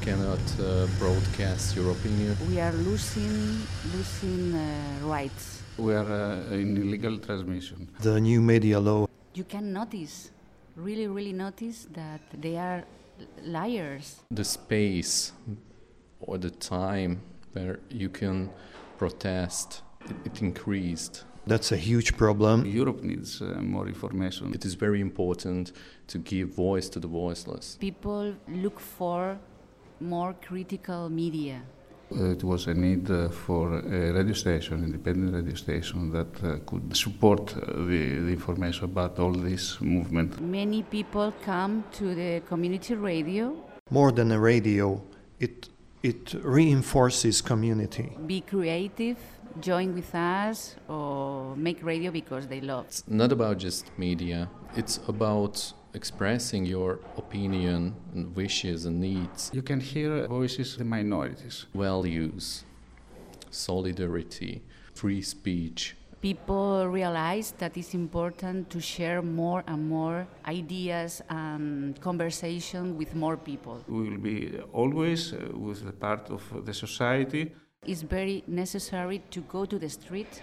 cannot uh, broadcast your opinion. We are losing losing uh, rights. We are uh, in illegal transmission. The new media law You can notice, really, really notice that they are liars. The space or the time where you can protest, it, it increased. that's a huge problem. Europe needs uh, more information. It is very important to give voice to the voiceless. People look for more critical media. Uh, It was a need uh, for a radio station, independent radio station, that uh, could support uh, the, the information about all this movement. Many people come to the community radio, More than a radio, it it reinforces community. be creative, join with us, or make radio because they love. It's not about just media, it's about expressing your opinion and wishes and needs, You can hear voices of the minorities. values, solidarity, free speech. People realize that it's important to share more and more ideas and conversation with more people. We will be always uh, with the part of the society. It's very necessary to go to the street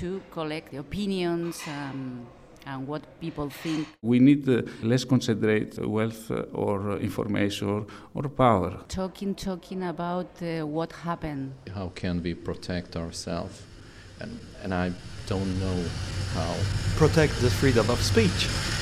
to collect the opinions um, and what people think, We need uh, less concentrate wealth uh, or uh, information or power. talking, talking about uh, what happened. How can we protect ourselves? And, and I don't know how. Protect the freedom of speech.